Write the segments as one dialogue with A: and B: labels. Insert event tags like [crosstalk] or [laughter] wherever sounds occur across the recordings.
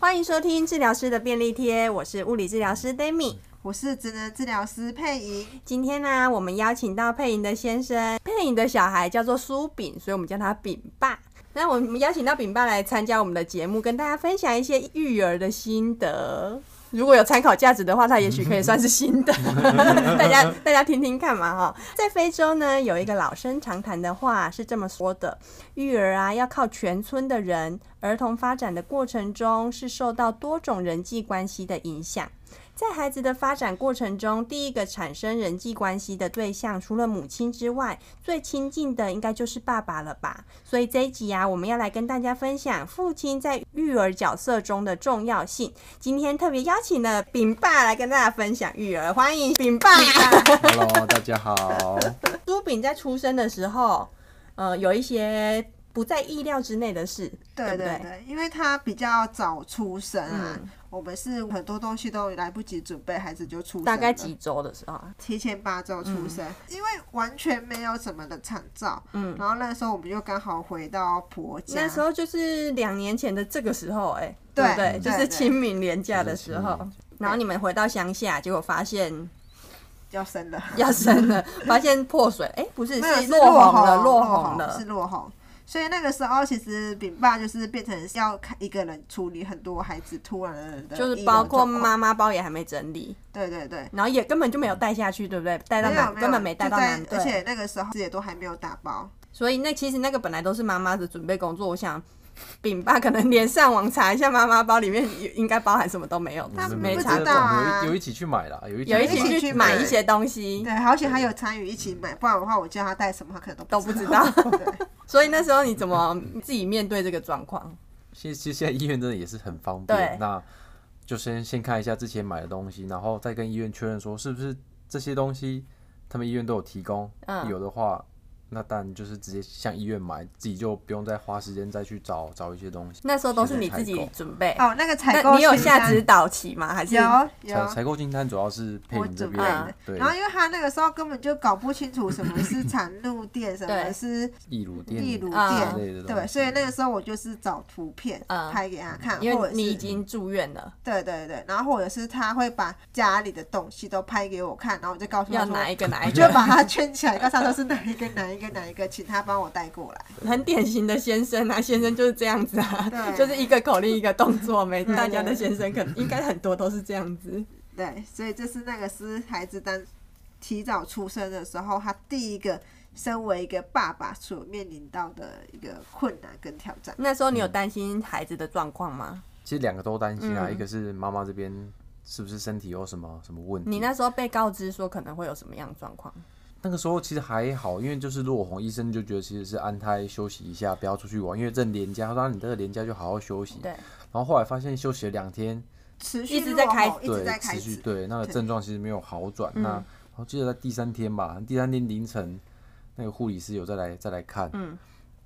A: 欢迎收听治疗师的便利贴，我是物理治疗师 Demi。
B: 我是职能治疗师佩仪，
A: 今天呢，我们邀请到配音的先生，配音的小孩叫做苏炳，所以我们叫他炳爸。那我们邀请到炳爸来参加我们的节目，跟大家分享一些育儿的心得。如果有参考价值的话，它也许可以算是心
B: [laughs]
A: 得，大家大家听听看嘛哈。在非洲呢，有一个老生常谈的话是这么说的：育儿啊，要靠全村的人。儿童发展的过程中是受到多种人际关系的影响。在孩子的发展过程中，第一个产生人际关系的对象，除了母亲之外，最亲近的应该就是爸爸了吧？所以这一集啊，我们要来跟大家分享父亲在育儿角色中的重要性。今天特别邀请了饼爸来跟大家分享育儿，欢迎饼爸。
C: Hello，大家好。
A: 朱饼在出生的时候，呃，有一些不在意料之内的事，
B: [laughs] 对
A: 不对？
B: 对，因为他比较早出生啊，
A: 嗯
B: 我们是很多东西都来不及准备，孩子就出生了，
A: 大概几嗯周的时候啊，
B: 提前八周出生，因为完全没有什么的产兆，嗯，然后那时候我们就刚好回到婆家，
A: 那时候就是两年前的这个时候、哎，
B: 对
A: 不对？
B: 对
A: 就是清明年假的时候
C: 对对，
A: 然后你们回到乡下，结果发现
B: 要生了，
A: 要生
B: [laughs]
A: 了，发现破水，哎、不是，
B: 没有
A: 是
B: 是
A: 落红
B: 红
A: 了，落
B: 落
A: 红了
B: 是。落红。所以那个时候，其实饼爸就是变成要看一个人处理很多孩子突然的，
A: 就是包括，妈妈包也还没整理，
B: 对对对，
A: 然后也根本就没有带下去，对不对？带到
B: 没有
A: 南
B: 没有，
A: 根本没带到
B: 就在
A: 南
B: 而且
A: 对，
B: 那个时候也都还没有打包，
A: 所以那其实那个本来都是妈妈的准备工作，我想。饼爸可能连上网查一下妈妈包里面应该包含什么都没有，
B: 他
C: 我
B: 们
A: 没
C: 不
A: 查过
C: 知
B: 道。啊
C: 有一有一起去买啦，有一
A: 有一
B: 起
A: 起去
B: 去
A: 买
B: 买
A: 一些东西，
B: 对，好险还有参与一起买，不然的话我叫他带什么，他可能都
A: 都不知
B: [laughs]
A: 道
B: 对
A: 所以那时候你怎么自己面对这个状况？
C: 现其实现在医院真的也是很方
A: 对
C: 便，那就先先看一下之前买的东西，然后再跟医院确认说是不是这些东西他们医院都有提供，
A: 嗯
C: 有的话。那当然就是直接向医院买，自己就不用再花时间再去找找一些东西。
A: 那时候都是你自己准备，
B: 哦，那个采
A: 那
B: 购
A: 你有
B: 清
A: 下
B: 单
A: 指导期吗？还是
B: 有
C: 采
B: 有。
C: 采购清单主要是配
B: 啊我
C: 你这
B: 准备
C: 边，
A: 嗯
B: 的，
C: 对
B: 然，后因为他那个时候根本就搞不清楚什么是产褥垫，什么是
C: 义乳店
B: 壁炉
A: 嗯
C: 之类的
B: 垫，
C: 东西
B: 对，所以那个时候我就是找图片
A: 嗯
B: 拍给他看，
A: 因
B: 或
A: 为
B: 者
A: 你已
B: 是
A: 经住院了，
B: 对对对，然后或者是他会把家里的东西都拍给我看，然后我就告诉
A: 要
B: 他
A: 哪
B: 说，
A: 一个哪
B: 我
A: 一
B: 就
A: 个？
B: 把它圈起来，告诉他说是哪一个哪一个哪一个，请他帮我带过来。
A: 很典型的先生啊，先生就是这样子啊，
B: 对
A: 就是一个口令一个动作，没
B: 对
A: 大家的先生可能应该很多都是这样子。
B: 对，所以这是那个是孩子当提早出生的时候，他第一个身为一个爸爸所面临到的一个困难跟挑战。
A: 那时候你
C: 嗯
A: 有担心孩子的状况吗？
C: 其实两个都担心啊，
A: 嗯
C: 一个是妈妈这边是不是身体有什么什么问题？
A: 你那时候被告知说可能会有什么样的状况？
C: 那个时候其实还好，因为就是落红，医生就觉得其实是安胎休息一下，不要出去玩，因为正连假，他说啊你这个连假就好好休息。
A: 对，
C: 然后后来发现休息了两天，
B: 持
A: 一
B: 续
A: 直
B: 落
A: 在开
B: 后一直
C: 对
B: 在，开
C: 持续
B: 始，
C: 对那个
B: 对
C: 症状其实没有好转。那我记得在第三天吧，第三天凌晨，那个护理师有再来再来看，
A: 嗯，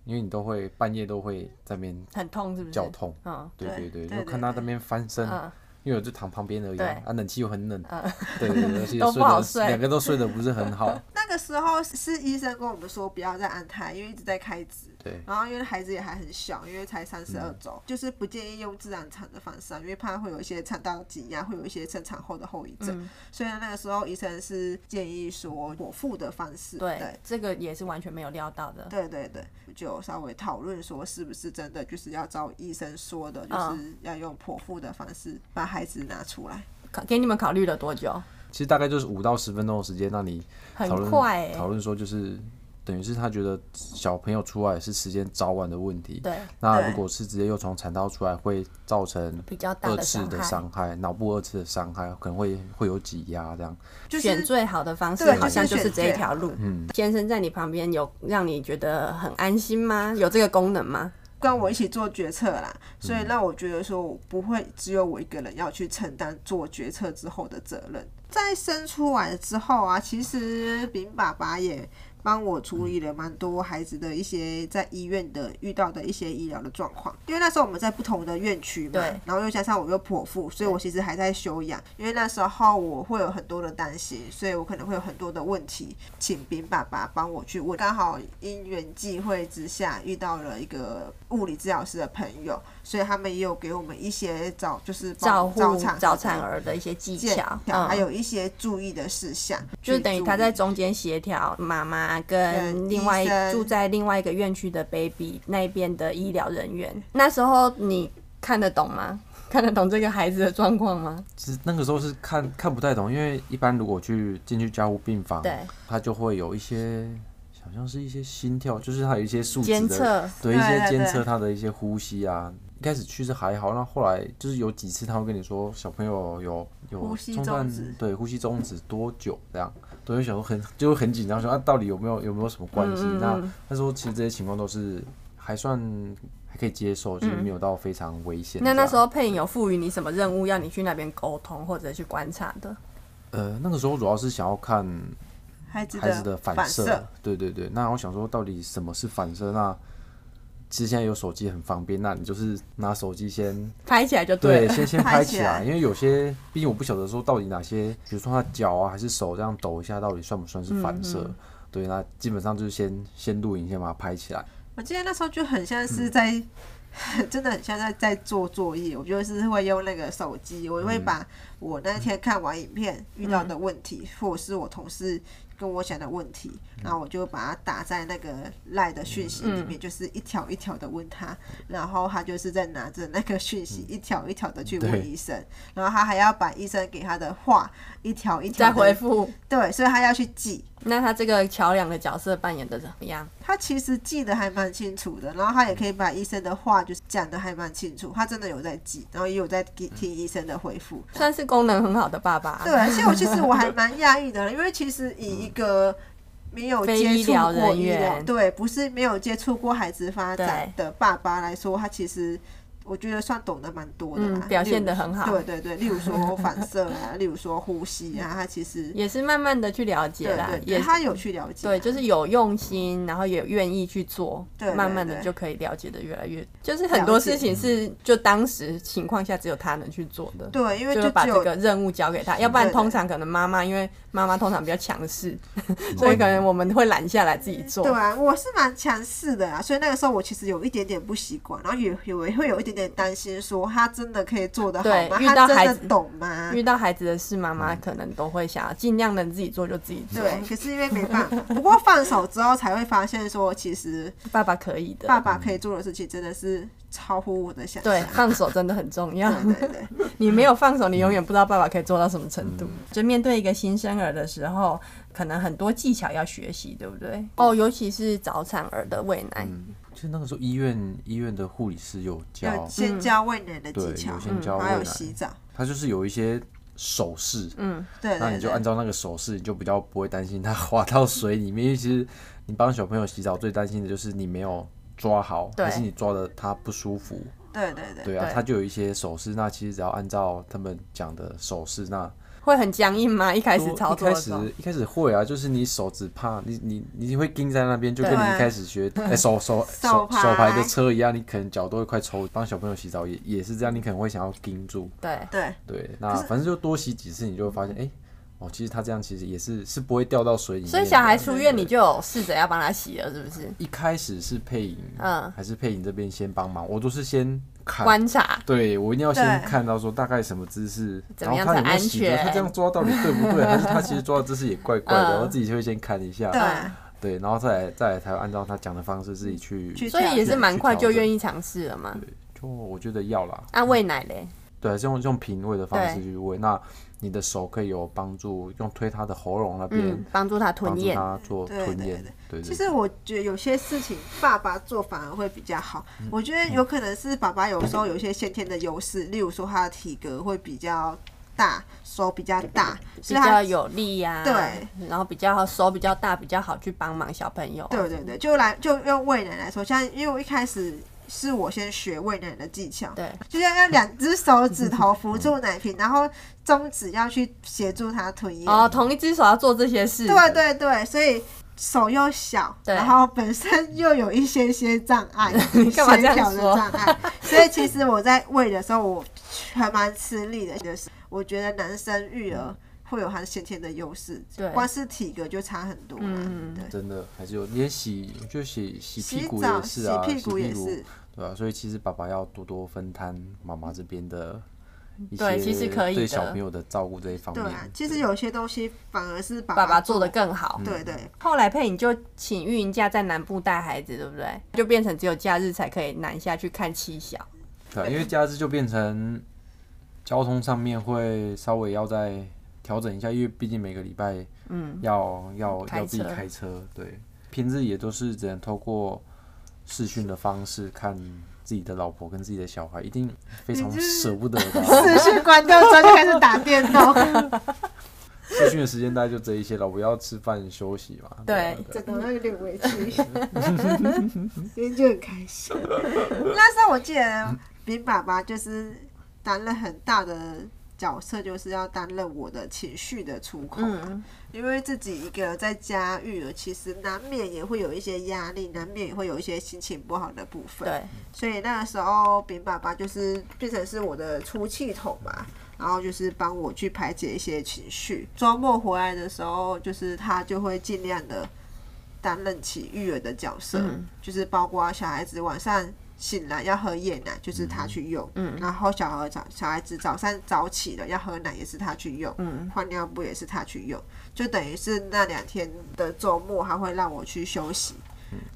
C: 因为你都会半夜都会在那边
A: 很痛是不是？
C: 叫痛，
A: 嗯
C: 对
B: 对
C: 对
B: 对对
C: 对，就看他
B: 对
C: 那边翻身，
A: 嗯，
C: 因为我就躺旁边而已
A: 对
C: 啊，啊冷气又很冷
A: 嗯，
C: 对对对，而且
A: 都不好
C: 睡
A: 睡
C: 得两个都睡得不是很好，
B: 那个时候是医生跟我们说不要再安胎，因为一直在开指。
C: 对。
B: 然后因为孩子也还很小，因为才三十二
C: 嗯
B: 周，就是不建议用自然产的方式啊，因为怕会有一些产道挤压，会有一些生产后的后遗症。
A: 嗯
B: 所以那个时候医生是建议说剖腹的方式，
A: 对，这个也是完全没有料到的。
B: 对对对，就稍微讨论说是不是真的就是要照医生说的，
A: 嗯
B: 就是要用剖腹的方式把孩子拿出来。
A: 考给你们考虑了多久？
C: 其实大概就是五到十分钟的时间让你
A: 很
C: 讨论
A: 快欸
C: 讨论说就是等于是他觉得小朋友出来是时间早晚的问题。
A: 对，
C: 那
B: 对
C: 如果是直接又从产道出来，会造成
A: 比较大
C: 二
A: 的
C: 次
A: 伤
C: 的
A: 害。
C: 伤害，脑部二次的伤害，可能会会有挤压这样。
B: 就是
A: 选最好的方式
B: 对
A: 好像就
B: 就是是
A: 这一条路。
C: 嗯
A: 先生在你旁边有让你觉得很安心吗？有这个功能吗？
B: 跟我一起做决策啦，所以让我觉得说我不会只有我一个人要去承担做决策之后的责任。在生出来之后啊，其实饼爸爸也帮我处理了蛮多孩子的一些在医院的遇到的一些医疗的状况。因为那时候我们在不同的院区嘛
A: 对，
B: 然后又加上我又剖腹，所以我其实还在休养。因为那时候我会有很多的担心，所以我可能会有很多的问题，请丙爸爸帮我去问。刚好因缘际会之下遇到了一个物理治疗师的朋友，所以他们也有给我们一些哦早就是
A: 照
B: 帮
A: 护
B: 产
A: 早产儿的一些技
B: 技
A: 巧
B: 巧，，
A: 嗯，
B: 还有一些注意的事项，
A: 就是
B: 去
A: 等于
B: 注
A: 他在
B: 意
A: 中间协调妈妈跟
B: 跟
A: 另
B: 医
A: 外
B: 生
A: 住在另外一个院区的 baby 那边的医疗人员。那时候你看得懂吗？看得懂这个孩子的状况吗？
C: 其实那个时候是看看不太懂，因为一般如果去进去加护病房，
A: 对，
C: 它就会有一些好像是一些心跳，就是它有一些数值
A: 监
C: 的
A: 测
C: 对一
B: 对
C: 些
B: 对
C: 监
B: 对
C: 测他的一些呼吸啊。一开始去是还好，那后来就是有几次他会跟你说小朋友有有
B: 呼吸
C: 中断
B: 终止，
C: 对呼吸终止多久这样，对，就想说很就会很紧张，说啊到底有没有有没有什么关系？
A: 嗯嗯
C: 那
A: 嗯
C: 那时候其实这些情况都是还算还可以接受，就是没有到非常危险这
A: 那
C: 样。
A: 那时候配影有赋予你什么任务，要你去那边沟通或者去观察的？
C: 呃那个时候主要是想要看
B: 孩子
C: 孩子的
B: 反
C: 反射，对对对。那我想说，到底什么是反射？那其实现在有手机很方便，那你就是拿手机先
A: 拍起来就
C: 对，
A: 了。
C: 先先
B: 拍
C: 拍
B: 起
C: 起来，
B: 来
C: 因为有些，毕竟我不晓得说到底哪些，比如说他脚啊还是手这样抖一下，到底算不算是反
B: 嗯
C: 射？对，那基本上就是先先录影，先把它拍起来。
B: 我记得那时候就很像
A: 嗯
B: 是在，真的很像在在做作业。我就是会用那个手机，我
A: 嗯
B: 会把我那天看完影片遇到的问题，或者是我同事跟我讲的问题，
A: 嗯
B: 然后我就把它打在那个赖的讯息里面，就是一条一条的问他，然后他就是在拿着那个讯息
A: 嗯
B: 一条一条的去
C: 对
B: 问医生，然后他还要把医生给他的话一条一条
A: 再
B: 地
A: 回，复，
B: 对，所以他要去记。
A: 那他这个桥梁的角色扮演的怎么样？
B: 他其实记得还蛮清楚的，然后他也可以把医生的话就是讲的还蛮清楚，他真的有在记，然后也有在听听医生的回复。
A: 算是功能很好的爸啊爸。
B: 对，而且我其实我还蛮讶异的，因为其实以一个没有
A: 非
B: 接
A: 医
B: 触
A: 疗
B: 过
A: 人
B: 医疗，
A: 员
B: 对，不是没有接触过孩子发展的爸爸来说，他其实我觉得算懂得蛮多的啦，
A: 嗯，表现
B: 例如
A: 的很好，
B: 对对对，例如说反射啊， [laughs] 例如说呼吸啊，他其实
A: 也是慢慢的去了解
B: 对
A: 啦，
B: 对对，
A: 也
B: 他有去了解啊，
A: 对，就是有用心，然后也愿意去做，
B: 对对
A: 慢慢的
B: 对
A: 就可以了解的越来越，就是很多
B: 了解嗯
A: 事情是就当时情况下只有他能去做的，
B: 对，因为
A: 就是把
B: 只
A: 这
B: 有
A: 个任务交给他，要不然
B: 对对
A: 通常可能妈妈因为妈妈通常比较强势，所以可能我们会揽下来自己做
B: 对。啊，我是蛮强势的啊，所以那个时候我其实有一点点不习惯，然后也也会有一点点担心，说他真的可以做得好
A: 对
B: 吗？
A: 遇到
B: 他真
A: 孩
B: 的
A: 子
B: 懂吗？
A: 遇到孩子的事，妈妈可能都会想要尽量能自己做就自己做，
B: 对，可是因为没办法。不过放手之后才会发现，说其实
A: 爸爸可以的。
B: 爸爸可以做的事情真的是超乎我的想象。
A: 对，放手真的很重要。
B: 对对对，
A: 你没有放手，你永远不知道爸爸可以做到什么程
C: 嗯
A: 度。就面对一个新生儿的时候，可能很多技巧要学习，对不对？哦，尤其是早产儿的喂奶，
C: 嗯，其实那个时候医院医院的护理师有教
B: 有，先教喂奶的技
C: 嗯对，
B: 巧嗯
C: 有，先教
B: 还
C: 未
B: 有
C: 来，
B: 洗澡。
C: 他就是有一些手势，
B: 嗯对
C: 那
B: 对
C: 你就
B: 对
C: 按。照那个手势，你就比较不会担心它 [laughs] 滑到水里面。因为其实你帮小朋友洗澡，最担心的就是你没有抓好，
A: 对
C: 还是你抓的他不舒服。
B: 对对对，
C: 对啊，
A: 对
C: 他就有一些手势。那其实只要按照他们讲的手势，那
A: 会很僵硬吗？一开始
C: 多
A: 操
C: 一
A: 作
C: 开
A: 的时候，
C: 始一开始会啊，就是你手只怕你你你会盯在那边，就跟
B: 对
C: 你
B: 啊
C: 一开始
A: [laughs]
C: 学哎、手手
B: 手
C: 手
B: 牌
C: 手牌的车一样，你可能脚都会快抽。帮小朋友洗澡也也是这样，你可能会想要盯住。
A: 对，
B: 对
C: 对，那反正就多洗几次，你就会发现，哎、哦，其实他这样其实也是是不会掉到水里面
A: 所
C: 的。
A: 以小孩出院，
C: 对
A: 你就有试着要帮他洗了，是不是？
C: 一开始是配影，
A: 嗯
C: 还是配影这边先帮忙，我都是先看。
A: 观察，
C: 对，我一定要先
B: 对
C: 看到说大概什么姿势，
A: 怎
C: 然
A: 么样
C: 后他
A: 才
C: 有没有洗
A: 安
C: 的，
A: 全
C: 他这样抓到底对不对，还是他其实抓的姿势也怪怪的，
A: 嗯
C: 我自己就会先看一下，
B: 对，
C: 对，然后再来再来才会按照他讲的方式自己去，
B: 去
A: 所以也是蛮快就愿
C: 意，
A: 意尝试了嘛。
C: 就我觉得要啦，
A: 啊，喂奶嘞，
C: 对，还是用用平喂的方式
A: 对
C: 去喂，那你的手可以有帮助，用推他的喉咙那边
A: 嗯，帮助他
C: 帮
A: 吞
C: 助
A: 咽，
C: 他做
B: 对
C: 吞
B: 对
C: 咽
B: 对，
C: 对对，
B: 其
C: 对
B: 实我觉得有些事情爸爸做反而会比较好。我觉得有可能是爸爸有时候有一些先天的优势，例如说他的体格会比较大，手比较大，
A: 比
B: 所以
A: 较
B: 他
A: 有力呀、
B: 对，
A: 然后比较手比较大，比较好去帮忙小朋友啊。
B: 对对对，就来就用喂奶来说，像因为我一开始是我先学喂奶的技巧，
A: 对，
B: 就像要两只手指头扶住奶瓶，然后中指要去协助他吞咽。
A: 哦
C: 啊
A: 哦，同一只手要做这些事，
B: 对对对，所以手又小，
A: 对
B: 然后本身又有一些些障碍，
A: [laughs]
B: 协
A: 干嘛这样
B: 调的
A: 说
B: 障碍，所以其实我在喂的时候，我还蛮吃力的。就是我觉得男生育儿会有他的先天的优势，
A: 对
B: 光是体格就差很多啦。
A: 嗯
B: 对，
C: 真的还是有，连洗就洗洗屁
B: 洗
C: 股
B: 澡、
C: 也
B: 洗
C: 是啊，洗
B: 屁股也是，
C: 对啊，所以其实爸爸要多多分摊妈妈这边的一
A: 对
C: 些
A: 其实可以
C: 对
A: 的
C: 小朋友的照顾这一方
B: 对
C: 面。
B: 啊。其实有些东西反而是爸
A: 爸爸
B: 做
A: 做的，更好。
B: 对
C: 嗯
B: 对
A: 后来佩影就请育婴假在南部带孩子，对不对？就变成只有假日才可以南下去看妻小。
C: 对啊，因为假日就变成交通上面会稍微要再调整一下，因为毕竟每个礼拜
A: 嗯，
C: 要要
A: 开
C: 要自己
A: 车
C: 开车，对，平日也都是只能透过视讯的方式看自己的老婆跟自己的小孩，一定非常舍不得
A: [laughs]
C: 吧？
B: 视讯关掉之后就开始打电动，
C: 视讯的时间大概就这一些了，我要吃饭休息嘛。啊
A: 对
C: 对啊
B: 整的有点委屈，因为就很开心。那时候我记得饼爸爸就是担任很大的角色，就是要担任我的情绪的出口，
A: 嗯，
B: 因为自己一个人在家育儿，其实难免也会有一些压力，难免也会有一些心情不好的部分。
A: 对，
B: 所以那个时候，饼爸爸就是变成是我的出气筒嘛，然后就是帮我去排解一些情绪。周末回来的时候，就是他就会尽量的担任起育儿的角色，
A: 嗯
B: 就是包括小孩子晚上醒来要喝夜奶，就是他去用，
A: 嗯
B: 然后小孩早小孩子早上早起了要喝奶也是他去用，
A: 嗯
B: 换尿布也是他去用，就等于是那两天的周末，他会让我去休息。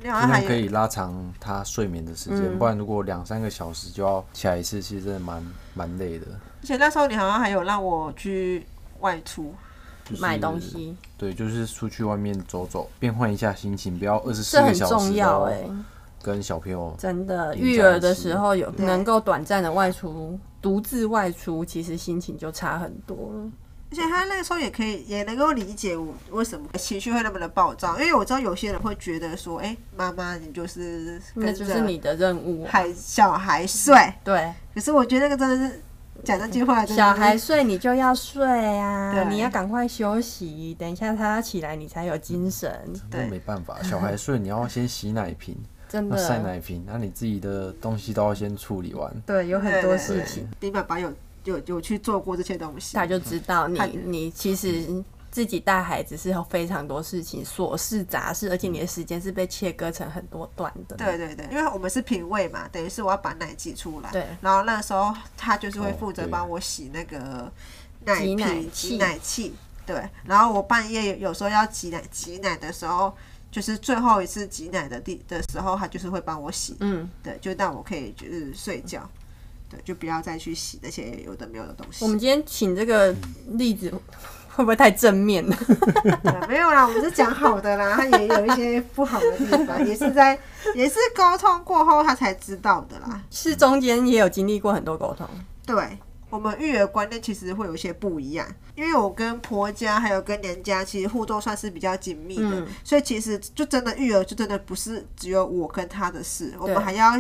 B: 另外
C: 尽
B: 还
C: 量
B: 有
C: 可以拉长他睡眠的时间，
A: 啊嗯
C: 不然如果两三个小时就要起来一次，其实真的蛮蛮累的。
B: 而且那时候你好像还有让我去外出，
C: 就是
A: 买东，西
C: 对，就是出去外面走走，变换一下心情，不要二十四
A: 这
C: 个
A: 很
C: 小时哦
A: 重要哎、
C: 跟小朋友
A: 真的，
C: 平常
A: 育儿的时候有
B: 对
A: 能够短暂的外出，独自外出，其实心情就差很多了。
B: 而且他那个时候也可以也能够理解我为什么情绪会那么的暴躁，因为我知道有些人会觉得说，哎、妈妈你就是
A: 那
B: 跟
A: 就是
B: 着
A: 你的任务啊、
B: 孩小孩睡，
A: 对，
B: 可是我觉得那个真的是讲那句话真的是，
A: 小孩睡你就要睡啊，
B: 对
A: 你要赶快休息，等一下他起来你才有精神。
C: 那
B: 对
C: 没办法，小孩睡你要先洗
A: [laughs]
C: 奶瓶，
A: 真
C: 要晒
A: 的，
C: 奶瓶，那你自己的东西都要先处理完。
A: 对，有很
B: 对
A: 多
B: 对
A: 事
B: 对
A: 情，
B: 你爸爸有有有去做过这些东西，
A: 他就知道你
B: 他
A: 你其实。自己带孩子是有非常多事情琐事杂事，而且你的时间是被切割成很多段的。
B: 对对对，因为我们是品味嘛，等于是我要把奶挤出来。
A: 对
B: 然后那时候他就是会
C: 哦
B: 负责
C: 对
B: 帮我洗那个奶
A: 挤奶
B: 瓶、
A: 器
B: 挤奶器。对，然后我半夜有时候要挤奶，挤奶的时候，就是最后一次挤奶的地的时候，他就是会帮我洗。
A: 嗯，
B: 对，就让我可以就是睡觉。对，就不要再去洗那些有的没有的东西。
A: 我们今天请这个例子会不会太正面了？
B: 对 [laughs] 没有啦，我们是讲好的 [laughs] 啦，他也有一些不好的地方，也是在也是沟通过后他才知道的啦。
A: [laughs] 是中间也有经历过很多沟通，
B: 对我们育儿观念其实会有一些不一样，因为我跟婆家还有跟娘家其实互动算是比较紧密的，
A: 嗯
B: 所以其实就真的育儿就真的不是只有我跟他的事，我
A: 对
B: 们还要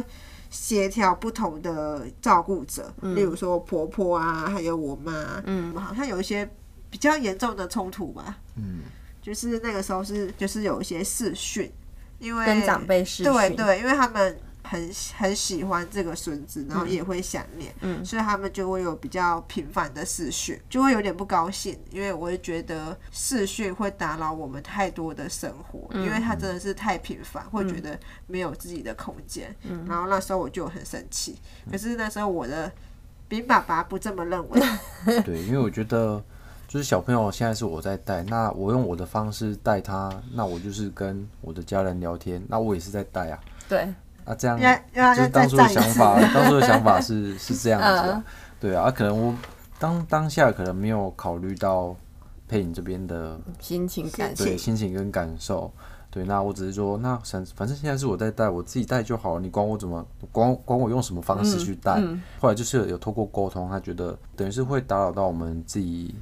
B: 协调不同的照顾者，
A: 嗯
B: 例如说婆婆啊，还有我妈，嗯，我们好像有一些比较严重的冲突吧，
C: 嗯，
B: 就是那个时候是就是有一些视讯，因为
A: 跟长辈视
B: 对
A: 讯
B: 对，因为他们很很喜欢这个孙子，然后也会想念，
A: 嗯
B: 所以他们就会有比较频繁的视讯，就会有点不高兴，因为我会觉得视讯会打扰我们太多的生活，因为他真的是太频繁，会觉得没有自己的空间，然后那时候我就很生气，可是那时候我的。饼爸爸不这么认为，
C: 对，因为我觉得就是小朋友现在是我在带，那我用我的方式带他，那我就是跟我的家人聊天，那我也是在带啊。
A: 对，
C: 啊，这样
B: 要要
C: 就是
B: 要
C: 当
B: 再
C: 初的
B: 战一
C: 想
B: 次。
C: 法，当初的想法是是这样子
A: 嗯
C: 啊， [laughs] 对啊，啊可能我当当下可能没有考虑到配影这边的
A: 心情感受
C: 对心情跟感受，对，那我只是说，那反反正现在是我在带，我自己带就好了，你管我怎么管管我用什么方式去带。后来就是有有透过沟通，他觉得等于是会打扰到我们自己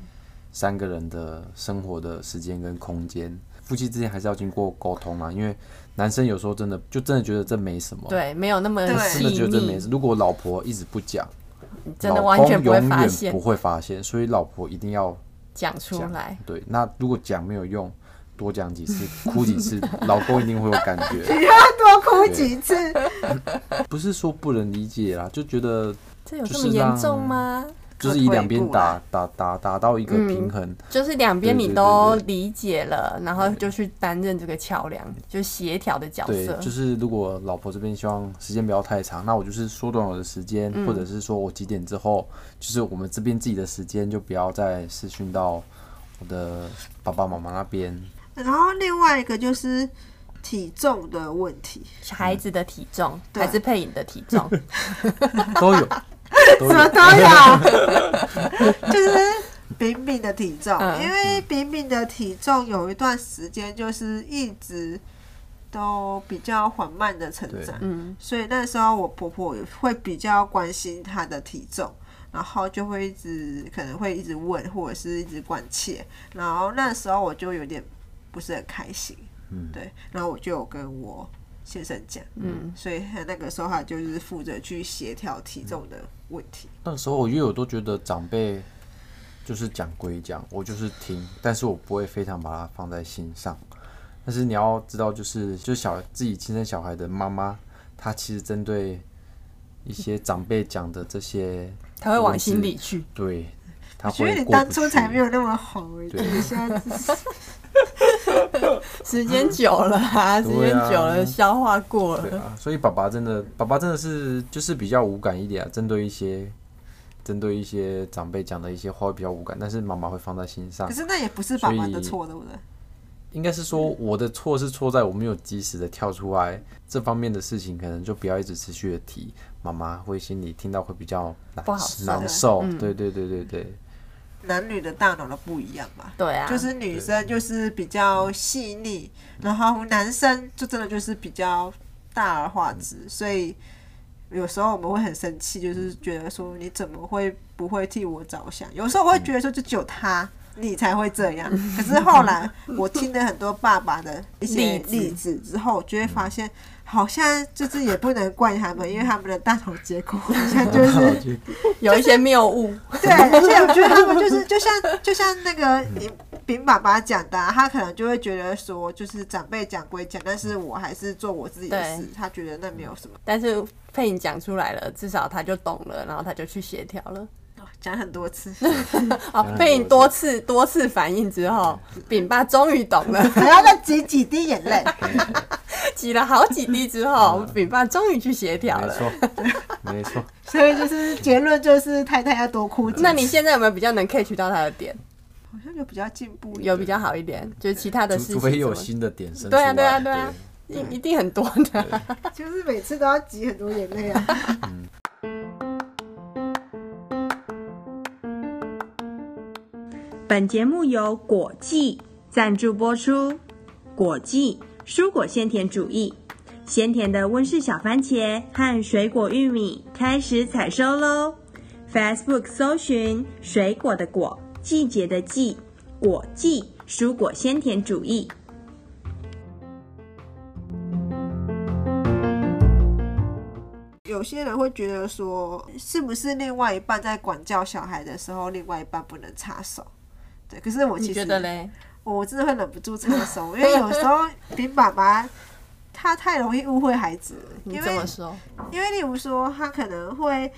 C: 三个人的生活的时间跟空间。夫妻之间还是要经过沟通啊啦，因为男生有时候真的就真的觉得这没什么，
A: 对，没有那么
B: 对
A: 细
C: 真的觉得这没
A: 腻
C: 事。，如果老婆一直不讲，
A: 真的
C: 老
A: 完
C: 公
A: 全不会
C: 永
A: 发
C: 远
A: 现
C: 不会发现，所以老婆一定要
A: 讲出
C: 讲
A: 来。
C: 对，那如果讲没有用，多讲几次，哭几次，老公一定会有感觉。
B: 你要 [laughs] 多哭几次，
C: 不是说不能理解啦，就觉得
A: 这有
C: 就
A: 这
C: 是
A: 么严
C: 让
A: 重吗？
C: 就是以两边
B: 各退一步
C: 打
B: 啦
C: 打打打到一个
A: 嗯
C: 平衡。
A: 就是两边
C: 对
A: 你
C: 对
A: 都
C: 对对
A: 理解了，然后就去担任这个桥梁，就协调的角
C: 对
A: 色，。
C: 就是如果老婆这边希望时间不要太长，那我就是缩短我的时间，或
A: 嗯
C: 者是说我几点之后，就是我们这边自己的时间就不要再私讯到我的爸爸妈妈那边。 [laughs]
B: 然后另外一个就是体重的问题，
A: 孩子的体重
B: 对
A: 还是配影的体 [laughs] 重，
C: 都有，都
B: 什么
C: 有。
A: [laughs]
B: 都有，就是冰冰的体重，
A: 嗯
B: 因为冰冰的体重有一段时间就是一直都比较缓慢的成长，
A: 嗯，
B: 所以那时候我婆婆会比较关心她的体重。然后就会一直可能会一直问，或者是一直关切。然后那时候我就有点不是很开心，
C: 嗯
B: 对。然后我就有跟我先生讲，嗯，所以他那个时候他就是负责去协调体重的问题。
C: 那时候我因为我都觉得长辈就是讲归讲，我就是听，但是我不会非常把它放在心上。但是你要知道，就是就是小自己亲生小孩的妈妈，她其实针对一些长辈讲的这些
A: 他会往心里去。
C: 对，他
B: 我觉
C: 会
B: 得你
C: 过不
B: 当初才
C: 去
B: 没有那么红，
C: 对
B: 你现在只
C: [laughs]
B: 是
A: 时间久了 [laughs] 啊，时间久了，消化过
C: 对
A: 了。
C: 啊，所以爸爸真的，爸爸真的是就是比较无感一点啊，针对一些针对一些长辈讲的一些话会比较无感，但是妈妈会放在心上
B: 可。是那也不是爸爸的
C: 所以
B: 错，对不对？
C: 应该是说
A: 嗯
C: 我的错是错在我没有及时的跳出来，这方面的事情可能就不要一直持续的提，妈妈会心里听到会比较难
A: 不好受嗯
C: 难受。对对对
A: [laughs]
C: 对对，
B: 男女的大脑都不一样嘛。
A: 对啊，
B: 就是女生就是比较细腻，然后男生就真的就是比较大而化之，所以有时候我们会很生气，就是觉得说你怎么会不会替我着想？有时候我会觉得说就只有他。你才会这
A: [laughs]
B: 样。可是后来我听了很多爸爸的一些
A: 例子
B: 例子之后，就会发现，好像就是也不能怪他们，因为他们的大脑结构好像就是
A: [laughs] 有一些谬误。
B: [laughs] 对，而且我觉得他们就是就像就像那个你饼爸爸讲的啊、他可能就会觉得说，就是长辈讲归讲，但是我还是做我自己的
A: 对
B: 事，他觉得那没有 [laughs] 什么。
A: 但是配影讲出来了，至少他就懂了，然后他就去协调了。
B: 哦讲很多次，
A: 啊，
C: 很
A: 配影多
C: 多
A: 次多次反应之后，饼爸终于懂了，
B: 还要再挤几滴眼泪。
A: 挤了好几滴之后，饼爸终于去协调
C: 没
A: 了。
C: 错，
A: [laughs]
C: 没错。
B: 所以就是结论就是太太要多哭几次。
A: [laughs] 那你现在有没有比较能 catch 到他的点？
B: 好像有比较进步一点，
A: 有比较好一点，就是其他的
C: 除
A: 事情
C: 除非有
A: 什么
C: 新的点生出
A: 对啊
C: 来，
A: 对啊对啊一一定很多的。 [laughs]
B: 就是每次都要挤很多眼泪啊。
A: 本节目由果记赞助播出。果记蔬果鲜甜主义，鲜甜的温室小番茄和水果玉米开始采收喽。Facebook 搜寻“水果的果，季节的季”，果记蔬果鲜甜主义。
B: [laughs] 有些人会觉得说，是不是另外一半在管教小孩的时候，另外一半不能插手？对，可是我其实
A: 嘞？
B: 哦我真的会忍不住插手，因为有时候 [laughs] 饼爸爸他太容易误会孩子了，因为
A: 说？
B: 因为例如说他可能会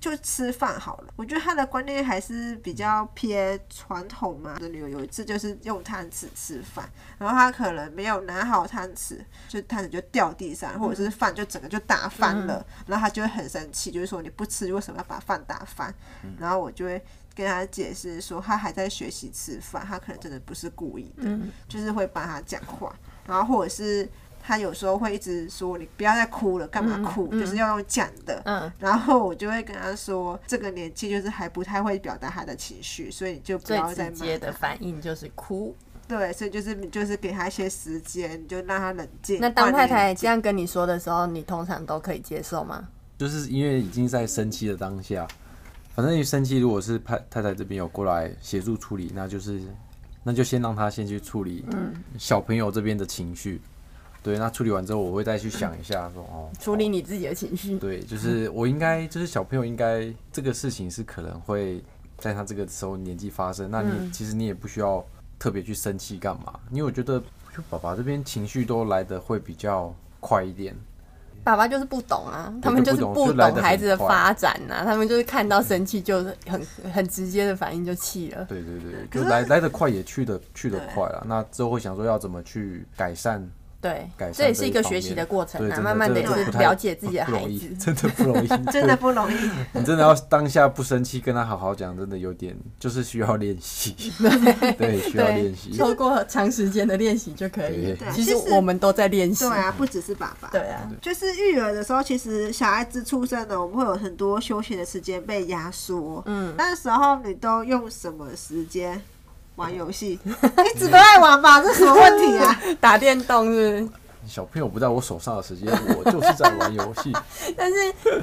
B: 就吃饭好了，我觉得他的观念还是比较偏传统嘛。我的女儿有一次就是用汤匙吃饭，然后他可能没有拿好汤匙，就汤匙就掉地上，或者是饭就整个就打翻了，然后他就会很生气，就是说你不吃为什么要把饭打翻？然后我就会。跟他解释说，他还在学习吃饭，他可能真的不是故意的，就是会帮他讲话，然后或者是他有时候会一直说你不要再哭了，干嘛哭？就是要用讲的，
A: 嗯，
B: 然后我就会跟他说，这个年纪就是还不太会表达他的情绪，所以你就不要再骂他。
A: 反应就是哭。
B: 对，所以就是你就是给他一些时间，你就让他冷静。
A: 那当
B: 换
A: 太
B: 你
A: 太
B: 冷
A: 这
B: 静，
A: 样跟你说的时候，你通常都可以接受吗？
C: 就是因为已经在生气的当下，反正一生气，如果是太太太这边有过来协助处理，那就是那就先让他先去处理
A: 嗯
C: 小朋友这边的情绪。对，那处理完之后，我会再去想一下说哦，
A: 处理你自己的情绪。
C: 对，就是我应该，就是小朋友应该
A: 嗯
C: 这个事情是可能会在他这个时候年纪发生，那你、其实你也不需要特别去生气干嘛，因为我觉得就爸爸这边情绪都来的会比较快一点，
A: 爸爸就是不懂啊，他们
C: 就
A: 就是
C: 不懂
A: 不
C: 就来
A: 懂
C: 得
A: 孩
C: 很
A: 子的
C: 快
A: 发展呐、他们就是看到生气就很很直接的反应就气了。
C: 对对对，就来来得快也去得去得快了，那之后会想说要怎么去改善
A: 对
C: 改，善
A: 这也是
C: 这
A: 一
C: 一
A: 个
C: 方
A: 学习
C: 面
A: 的过程
C: 对，
A: 啊，
C: 真
A: 慢
C: 的
A: 慢的
C: 真的
A: 也是
C: 不太
A: 了解自己的
C: 不
A: 孩
C: 容易
A: 子。
C: 真的不
A: [laughs]
C: 容易
B: 真的不容易。
C: 对 [laughs] 你真的要当下不生气，跟他好好讲，真的有点就是需要练习， [laughs] 对，需要
A: [laughs] 对
C: 练，习。
A: 透过长时间的练习就可以
C: 对对。
B: 啊
A: 其
B: 其
A: 实
B: 实
A: 我们都在练习
B: 对。啊，不只是爸爸。
A: 对啊，
B: 就是育儿的时候，其实小孩子出生了，我们会有很多休息的时间被压缩。嗯，那时候你都用什么时间玩游
A: [laughs]
B: 戏？一直都在玩吧，这什么问题啊？
A: 打电动是不
C: 小朋友不在我手上
B: [laughs]
C: 的时间，我就是在玩游戏。
A: 是，但是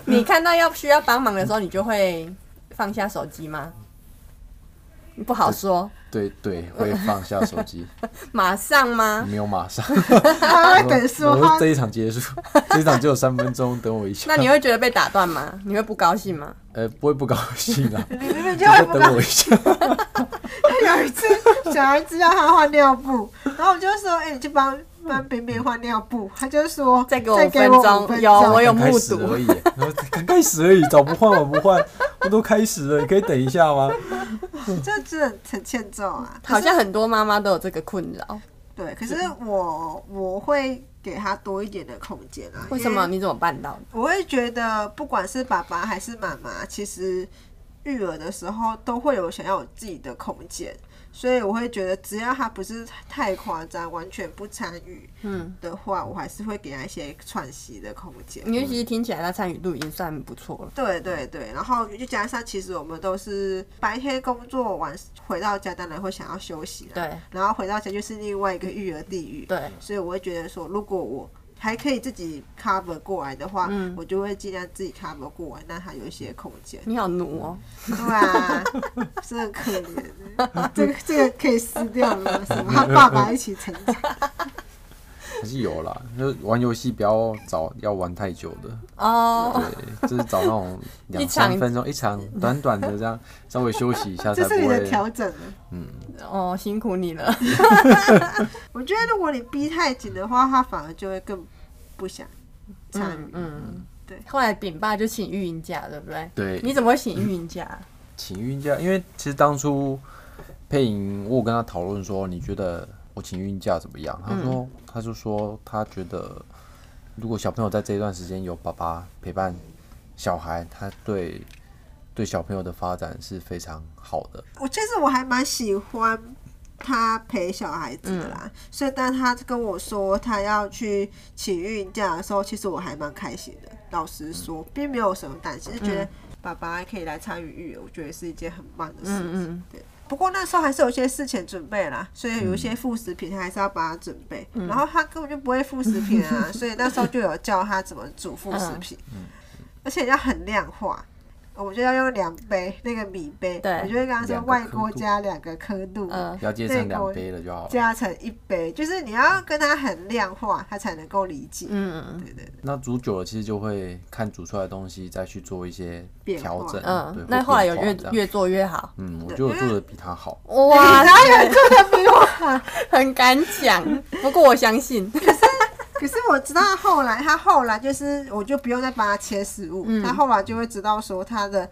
A: 你看到要需要帮忙的时候，你就会放下手机吗？不好说，
C: 对对，会放下
B: [laughs]
C: 手机，
A: 马上吗？
C: 没有马上。
B: 他会等
C: 我
B: 说
C: 说
B: 话
C: 这。一场
B: [laughs]
C: 结束，这一场只有三分钟，等我一下。
A: 那你会觉得被打断吗？你会不高兴吗？
C: 呃不会不高兴啊？
B: [laughs] 你明明就
C: 你
B: 会
C: 再
B: 不
C: 等
B: 高
C: 我一下。
B: 有一
A: [laughs]
B: 次，小儿子要他换尿布，然后我就说：“哎、你去帮帮冰冰换尿布。”他就说：“
A: 再给我
B: 再
A: 五分
B: 给 [laughs] 我
A: 钟
B: 五分
A: 有我有
C: 刚开
A: 目
C: 始
A: 睹
C: 而已，然后刚开始而已，早不换晚不换，我都开始了，你可以等一下吗？
B: 这真的很欠揍啊！
A: 好像很多妈妈都有这个困扰。
B: 对，可是我我会给他多一点的空间啊。
A: 为什么？？你怎么办到的？
B: 我会觉得，不管是爸爸还是妈妈，其实育儿的时候都会有想要有自己的空间，所以我会觉得，只要他不是太夸张，完全不参与
A: 嗯，
B: 的话，我还是会给他一些喘息的空间。
A: 因为其实听起来他参与度已经算不错了。
B: 对对对，然后又加上，其实我们都是白天工作完回到家，当然会想要休息啦。
A: 对
B: 然后回到家就是另外一个育儿地狱。
A: 对，
B: 所以我会觉得说，如果我还可以自己 cover 过来的话，
A: 嗯
B: 我就会尽量自己 cover 过来，让他有一些空间
A: [laughs] 。你好奴哦。
B: 对啊，真的可怜，
A: [laughs]
B: 这个这个可以撕掉了，什
C: [laughs]
B: 么和爸爸一起成长。
C: 还是有啦，就是玩游戏不要找要玩太久的，
B: 嗯
A: 哦，
C: 对，就是找那种两
A: 一场
C: 三分钟一场短短的这样，稍微休息一下才
B: [laughs] 这
C: 不
B: 是你的
C: 会。
B: 调整了。
A: 哦，辛苦你了。
B: 我觉得如果你逼太紧的话，他反而就会更不想参与。
A: 嗯，
B: 对
A: 后来饼爸就请育婴假，对不对？
C: 对，
A: 你怎么会请育婴假？
C: 请孕假，因为其实当初配音，我有跟他讨论说，你觉得我请孕假怎么样？他
A: 嗯
C: 说，他就说他觉得，如果小朋友在这一段时间有爸爸陪伴小孩，他对对小朋友的发展是非常好的。
B: 我其实我还蛮喜欢他陪小孩子的啦，
A: 嗯
B: 所以当他跟我说他要去请孕假的时候，其实我还蛮开心的。老实
A: 嗯
B: 说，并没有什么担心，就觉得爸爸可以来参与育儿，我觉得是一件很棒的事情。
A: 嗯嗯
B: 对。不过那时候还是有一些事前准备啦，所以有一些副食品还是要帮他准备。
A: 嗯
B: 然后他根本就不会副食品啊，所以那时候就有教他怎么煮副
A: 嗯
B: 食品，而且要很量化。我们就要用量杯那个米杯，
A: 对
B: 我就会跟他说
C: 两个
B: 外
C: 刻
B: 锅
C: 度
B: 加两个刻度，
A: 嗯，
C: 要接成两杯了就好了。
B: 加成一杯，就是你要跟他很量化，他才能够理解。
A: 嗯，
B: 对对对，
C: 那煮久了，其实就会看煮出来的东西，再去做一些
B: 变化
C: 调整。对
A: 嗯，
C: 或
A: 那后来有
C: 变化
A: 越
C: 这样
A: 越做越好，
C: 嗯，我觉得我做的比他好。
A: [laughs] 哇，
B: 哪有人做的比我好？
A: 很敢讲。 [laughs] 不过我相信，
B: 可是我知道他后来，他后来就是我就不用再帮他切食物，
A: 嗯
B: 他后来就会知道说他的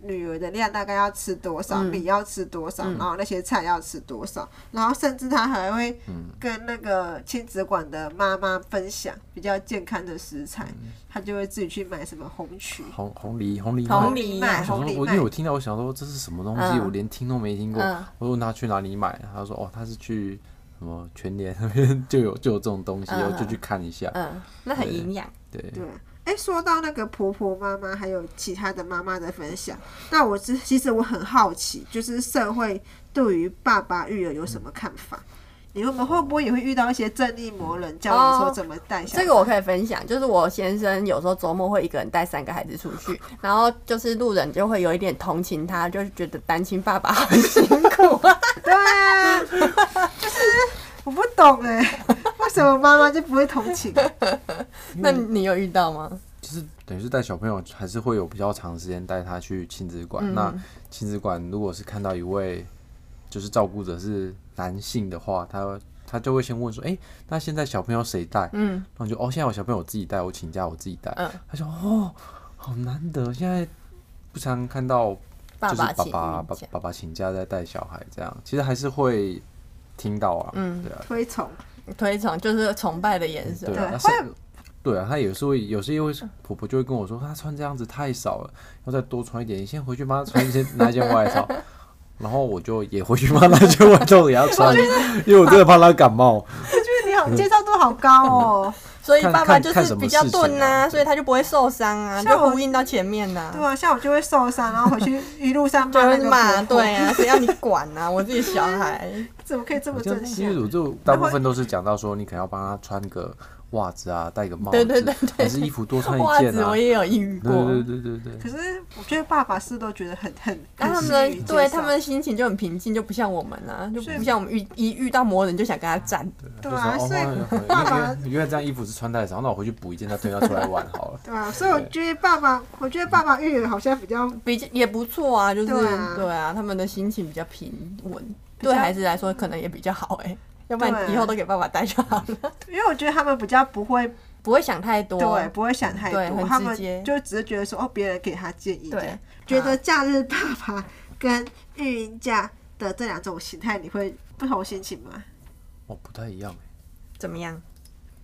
B: 女儿的量大概要吃多
A: 嗯
B: 少，米要吃多少，然后那些菜要吃多少，然后甚至他还会跟那个亲子馆的妈妈分享比较健康的食材，
C: 嗯
B: 他就会自己去买什么红曲。
C: 红红梨，红梨
A: 红
C: 麦
A: 梨
C: 我
B: 麦，
C: 想
B: 红
C: 说，
B: 梨
C: 我因
B: 麦
C: 为我听到，我想说这是什么东西，
A: 嗯
C: 我连听都没听过。
A: 嗯
C: 我问他去哪里买，他说哦，他是去什么全联 [laughs] 那边就有就有这种东西，
A: 嗯
C: 我就去看一下。
A: 嗯，那很营养。
C: 对，
B: 对，哎，说到那个婆婆妈妈还有其他的妈妈的分享，那我是其实我很好奇，就是社会对于爸爸育儿有什么看法？你们会不会也会遇到一些正义魔人，教你说
A: 哦
B: 怎么带小孩？
A: 这个我可以分享，就是我先生有时候周末会一个人带三个孩子出 [laughs] 去，然后就是路人就会有一点同情他，就是觉得单亲 [laughs] 爸爸好辛苦啊。
B: 对啊，就是我不懂哎，为什么妈妈就不会同情？
A: 那你有遇到吗？
C: 就是等于是带小朋友，还是会有比较长时间带他去亲子馆。
A: 嗯
C: 那亲子馆如果是看到一位就是照顾者是男性的话，他他就会先问说，哎、那现在小朋友谁带？
A: 嗯，
C: 然后你就哦，现在我小朋友我自己带，我请假我自己带。
A: 嗯
C: 他说哦，好难得，现在不常看到
A: 爸
C: 就是
A: 爸
C: 爸
A: 请
C: 爸
A: 孕
C: 爸
A: 假，
C: 爸爸请假在带小孩这样，其实还是会听到啊，
A: 嗯
C: 对啊，
B: 推崇，
A: 推崇就是崇拜的眼神
C: 对。
B: 对
C: 啊，
B: 会
C: 那是对啊，他有时候会有时候会婆婆就会跟我说，她啊穿这样子太少了，要再多穿一点，你先回去帮她穿一件拿一件外套。 [laughs] 然后我就也回去帮她拿一件外套给她穿，因为我真的怕她感冒。
B: 我觉得你好介绍度好高哦。
A: 所以
C: 看
A: 爸爸
C: 看
A: 就
C: 看
A: 是
C: 什么
A: 比较
C: 事情
A: 钝呐、
C: 啊
A: 所以他就不会受伤啊，
B: 像
A: 就
B: 我
A: 呼应到前面呐、
B: 对啊，像我就会受伤，然后回去一路上
A: 就
B: 骂那
A: 会
B: 个
A: 骂，
B: 婆婆
A: 对，啊，谁要你管
B: [laughs]
A: 啊？我自己小孩，
B: 怎么可以这么
C: 我就
B: 正
C: 因
B: 向
C: 为？我就大部分都是讲到说，你可能要帮她穿个袜子啊，戴个帽
A: 对
C: 子，
A: 对对对
C: 还是衣服多穿一
A: 袜
C: 件
A: 子
C: 啊。
A: 我
C: 对
A: 也有抑郁过，
C: 对对对对
B: 可是我觉得爸爸是都觉得很很，
A: 然后他
B: 很
A: 们
B: 善于
A: 的
B: 介
A: 对
B: 绍
A: 他们的心情就很平静，就不像我们啊，就不
B: 是
A: 像我们遇一遇到魔人就想跟他战。
B: 对
C: 就
B: 啊，
C: 说
B: 所以
C: 哦，原
B: 爸爸
C: 来原来这样衣服是穿太少，那我回去补一件，再推她出来玩好了。
B: 对啊，所以我觉得爸爸，我觉得爸爸育儿好像比较
A: 比较也不错啊，就是
B: 对啊
A: 对啊，他们的心情比较平稳，
B: 比较
A: 对孩子来说可能也比较好哎、要不然
B: 对啊
A: 以后都给爸爸带就好了，
B: 因为我觉得他们比较不会
A: 不会想太多。
B: 对，不会想太
A: 对很
B: 多，
A: 直
B: 他们
A: 接
B: 就只是觉得说哦，别人给他建议这
A: 对
B: 样，觉得假日爸爸跟育婴假的这两种形态，你会不同心情吗？
C: 哦，不太一样欸
A: 怎么样？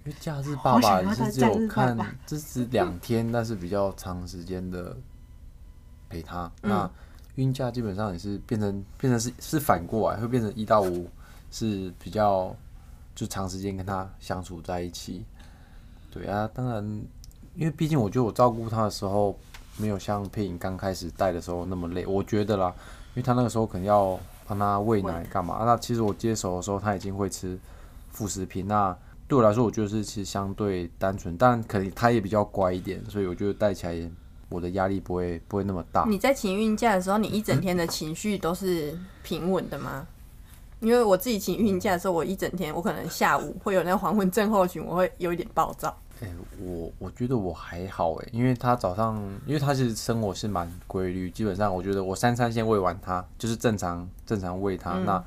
C: 因为假日爸
B: 想
C: 爸
B: 要
C: 你
B: 当
C: 是只有
B: 假日
C: 看
B: 爸爸，
C: 这只两天，但是比较长时间的陪他。
B: 嗯
C: 那孕假基本上也是变成变成是是反过来，会变成一到五是比较就长时间跟他相处在一起。对啊，当然，因为毕竟我觉得我照顾他的时候，没有像佩影刚开始带的时候那么累，我觉得啦，因为他那个时候可能要帮他喂奶干嘛、啊那其实我接手的时候，他已经会吃副食品，那对我来说，我觉得是其实相对单纯，但可能他也比较乖一点，所以我觉得带起来也我的压力不会不会那么大。
A: 你在请孕假的时候，你一整天的情绪都是平稳的吗？因为我自己请孕假的时候，我一整天，我可能下午会有那个黄昏症候群，我会有一点暴躁。
C: 哎、我我觉得我还好哎、因为他早上，因为他其实生活是蛮规律，基本上我觉得我三餐先喂完他，就是正常正常喂他，那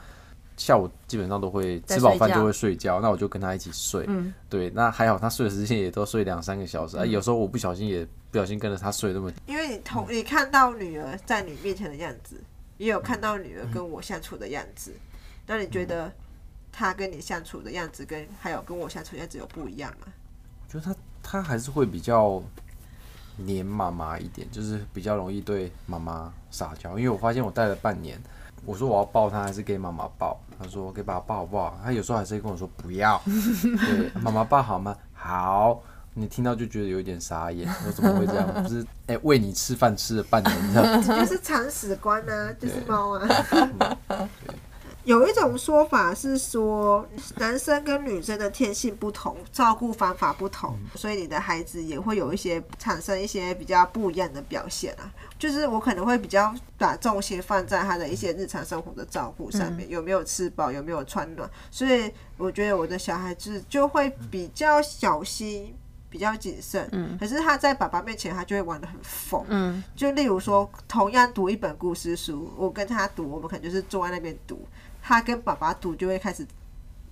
C: 下午基本上都会
A: 嗯在
C: 吃饱
A: 睡
C: 饭
A: 觉
C: 就会睡觉，那我就跟他一起睡，
A: 嗯
C: 对，那还好他睡的时间也都睡两三个小时，啊，有时候我不小心也不小心跟着他睡那么久，
B: 因为你同你看到女儿在你面前的样子，也有看到女儿跟我相处的样子，那你觉得她跟你相处的样子跟还有跟我相处的样子有不一样吗？
C: 我觉得他他还是会比较黏妈妈一点，就是比较容易对妈妈撒娇。因为我发现我带了半年，我说我要抱他还是给妈妈抱，他说给爸爸抱好不好？他有时候还是会跟我说不要，对，妈妈抱好吗？好。你听到就觉得有点傻眼，我怎么会这样？不是哎、喂你吃饭吃了半年，你知道吗？
B: 就是铲屎官啊，就是
C: 对
B: 猫啊。有一种说法是说，男生跟女生的天性不同，照顾方法不同，所以你的孩子也会有一些产生一些比较不一样的表现啊。就是我可能会比较把重心放在他的一些日常生活的照顾上面，有没有吃饱，有没有穿暖，所以我觉得我的小孩子就会比较小心。比较谨慎，可是他在爸爸面前，他就会玩的很疯，
A: 嗯，
B: 就例如说，同样读一本故事书，我跟他读，我们可能就是坐在那边读，他跟爸爸读就会开始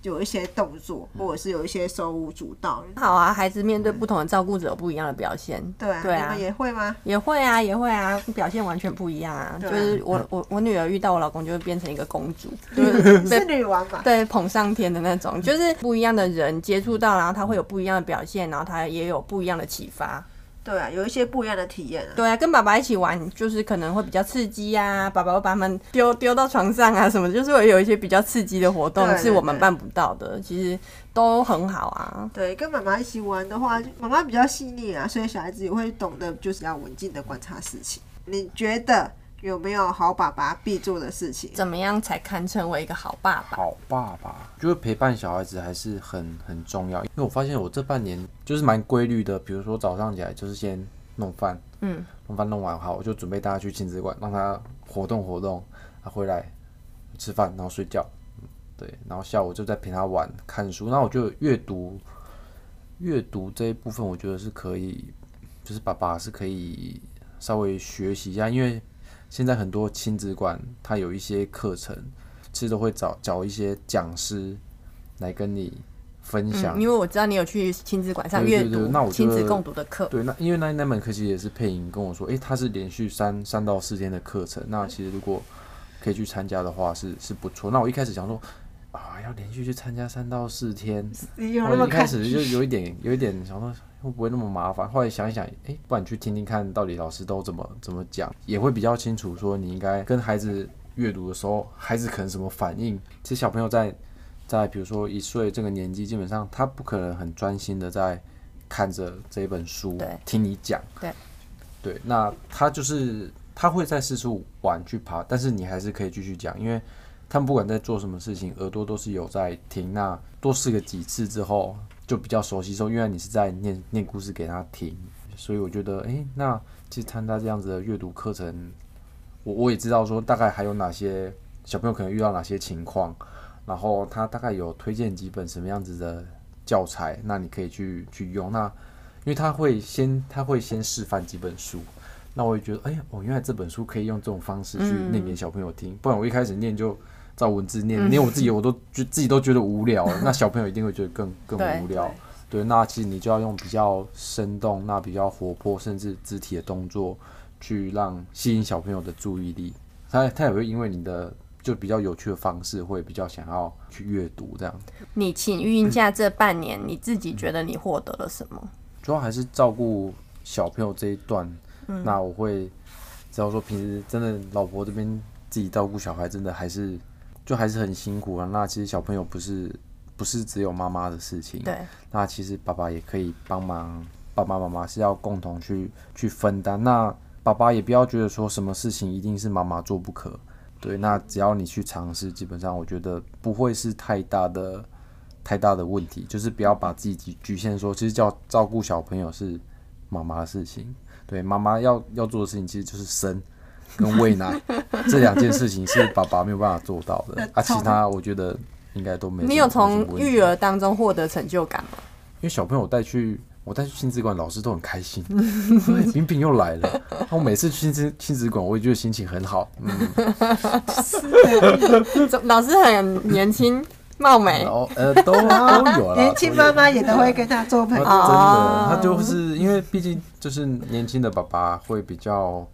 B: 有一些动作，
A: 嗯
B: 或者是有一些手舞足蹈。
A: 好啊，孩子面对不同的照顾者有不一样的表现。
B: 嗯对啊，
A: 对啊
B: 你们也会吗？
A: 也会啊，也会啊，表现完全不一样啊。就
B: 对
A: 是我我我女儿遇到我老公就会变成一个公
B: [laughs]
A: 主，就是被
B: 是女王吧？
A: 对捧上天的那种，就是不一样的人接触到，然后他会有不一样的表现，然后他也有不一样的启发。
B: 对啊，有一些不一样的体验啊。
A: 对啊，跟爸爸一起玩就是可能会比较刺激啊，爸爸会把他们丢丢到床上啊什么的，就是会有一些比较刺激的活动
B: 对对
A: 是我们办不到的，其实都很好啊。
B: 对，跟妈妈一起玩的话，妈妈比较细腻啊，所以小孩子也会懂得就是要文静的观察事情。你觉得有没有好爸爸必做的事情？
A: 怎么样才堪称为一个好爸爸？
C: 好爸爸，就是陪伴小孩子还是很很重要。因为我发现我这半年就是蛮规律的，比如说早上起来就是先弄饭，
A: 嗯，
C: 弄饭弄完好，我就准备带他去亲子馆，让他活动活动，他回来吃饭，然后睡觉，嗯对，然后下午就在陪他玩看书。那我觉得阅读，阅读这一部分，我觉得是可以，就是爸爸是可以稍微学习一下，因为现在很多亲子馆它有一些课程。其实都会找找一些讲师来跟你分享。
A: 嗯，因为我知道你有去亲子馆上
C: 对对
A: 阅
C: 对
A: 读
C: 那我觉
A: 亲子
C: 得
A: 共读的课，
C: 对，那因为那那门课其实也是配音跟我说，诶、它是连续三三到四天的课程。那其实如果可以去参加的话是，是不错。那我一开始想说啊，要连续去参加三到四天，
B: 你有
C: 后
A: 哦
B: 那么
C: 来哦一开
B: 看？
C: 始就有一点有一点想说会不会那么麻烦，后来想一想，诶，不然你去听听看到底老师都怎么怎么讲，也会比较清楚说你应该跟孩子阅读的时候，孩子可能什么反应。其实小朋友在在比如说一岁这个年纪，基本上他不可能很专心的在看着这一本书
A: 对，
C: 听你讲。
A: 对，
C: 对，那他就是他会在四处玩去爬，但是你还是可以继续讲，因为他们不管在做什么事情，耳朵都是有在听。那多试个几次之后，就比较熟悉说，原来你是在念念故事给他听。所以我觉得，诶，那其实参加这样子的阅读课程，我我也知道说大概还有哪些小朋友可能遇到哪些情况，然后他大概有推荐几本什么样子的教材，那你可以去去用。那因为他会先他会先示范几本书，那我也觉得，哎、呀，我、原来这本书可以用这种方式去念给小朋友听，不然我一开始念就照文字念，念我自己我都觉自己都觉得无聊了，那小朋友一定会觉得更更
A: 对
C: 无聊。对，那其实你就要用比较生动、那比较活泼，甚至肢体的动作，去让吸引小朋友的注意力。他他也会因为你的就比较有趣的方式，会比较想要去阅读这样。
A: 你请孕假这半年，你自己觉得你获得了什么？
C: 主要还是照顾小朋友这一段。那我会知道说，平时真的老婆这边自己照顾小孩，真的还是就还是很辛苦啊。那其实小朋友不是不是只有妈妈的事情，
A: 对，
C: 那其实爸爸也可以帮忙，爸爸妈妈是要共同去去分担。那爸爸也不要觉得说什么事情一定是妈妈做不可，对，那只要你去尝试，基本上我觉得不会是太大的太大的问题，就是不要把自己局局限说，其实叫照顾小朋友是妈妈的事情，对，妈妈要要做的事情其实就是生。跟
A: [laughs]
C: 喂奶这两件事情是爸爸没有办法做到的，啊，其他我觉得应该都没什么。
A: 你有
C: 没
A: 从
C: 什么问题
A: 育儿当中获得成就感吗？ [laughs]
C: 因为小朋友我带去，我带去亲子馆，老师都很开心。对饼饼又来了，然后每次去亲子亲子馆，我也觉得心情很好。嗯，
A: 怎老师很年轻貌美
C: 然，后呃都都啊有了，
B: 年轻妈妈也都会跟他做朋
C: 啊，真
B: 友。
A: 哦
C: 的，他就是因为毕竟就是年轻的爸爸会比较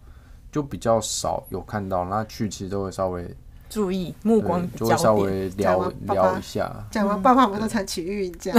C: 就比较少有看到，那去其实都会稍微
A: 注意目
C: 对
A: 光
C: 就会稍
A: 焦点。
B: 讲
C: 微聊
B: 完爸爸
C: 聊一下。
B: 讲完爸爸们都才起育婴假，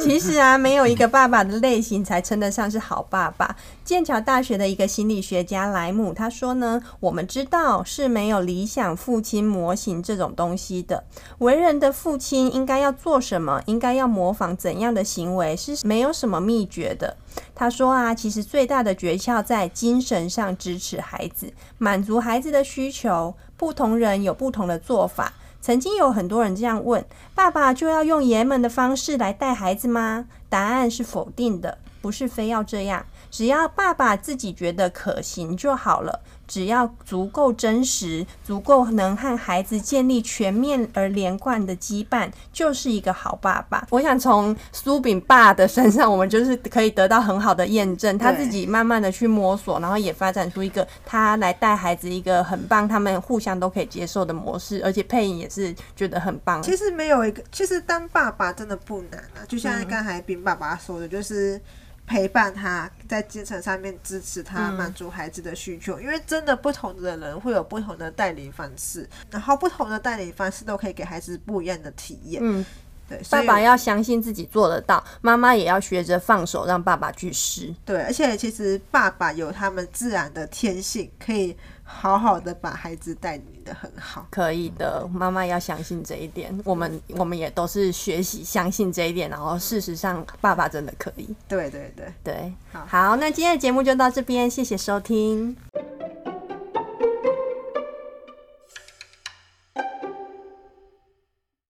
A: 其实啊，没有一个爸爸的类型才称得上是好爸爸。剑桥大学的一个心理学家莱姆他说呢，我们知道是没有理想父亲模型这种东西的。为人的父亲应该要做什么，应该要模仿怎样的行为，是没有什么秘诀的。他说啊，其实最大的诀窍在精神上支持孩子，满足孩子的需求。不同人有不同的做法。曾经有很多人这样问：爸爸就要用爷们的方式来带孩子吗？答案是否定的，不是非要这样。只要爸爸自己觉得可行就好了，只要足够真实，足够能和孩子建立全面而连贯的羁绊，就是一个好爸爸。我想从苏炳爸的身上，我们就是可以得到很好的验证，他自
B: 对
A: 己慢慢的去摸索，然后也发展出一个他来带孩子一个很棒，他们互相都可以接受的模式，而且配音也是觉得很棒。
B: [laughs] 其实没有一个，其实当爸爸真的不难啊。就像刚才冰爸爸说的，就是陪伴他，在精神上面支持他，满足孩子的需求。因为真的不同的人会有不同的带领方式，然后不同的带领方式都可以给孩子不一样的体验。
A: 嗯，
B: 对，所
A: 爸
B: 以
A: 爸要相信自己做得到，妈妈也要学着放手，让爸爸去试。
B: 对，而且其实爸爸有他们自然的天性，可以好好的把孩子带领的很好。
A: 可以的，妈妈要相信这一点。我们我们也都是学习相信这一点，然后事实上，爸爸真的可以。
B: 对对对，
A: 对，
B: 好
A: 好，那今天的节目就到这边，谢谢收听，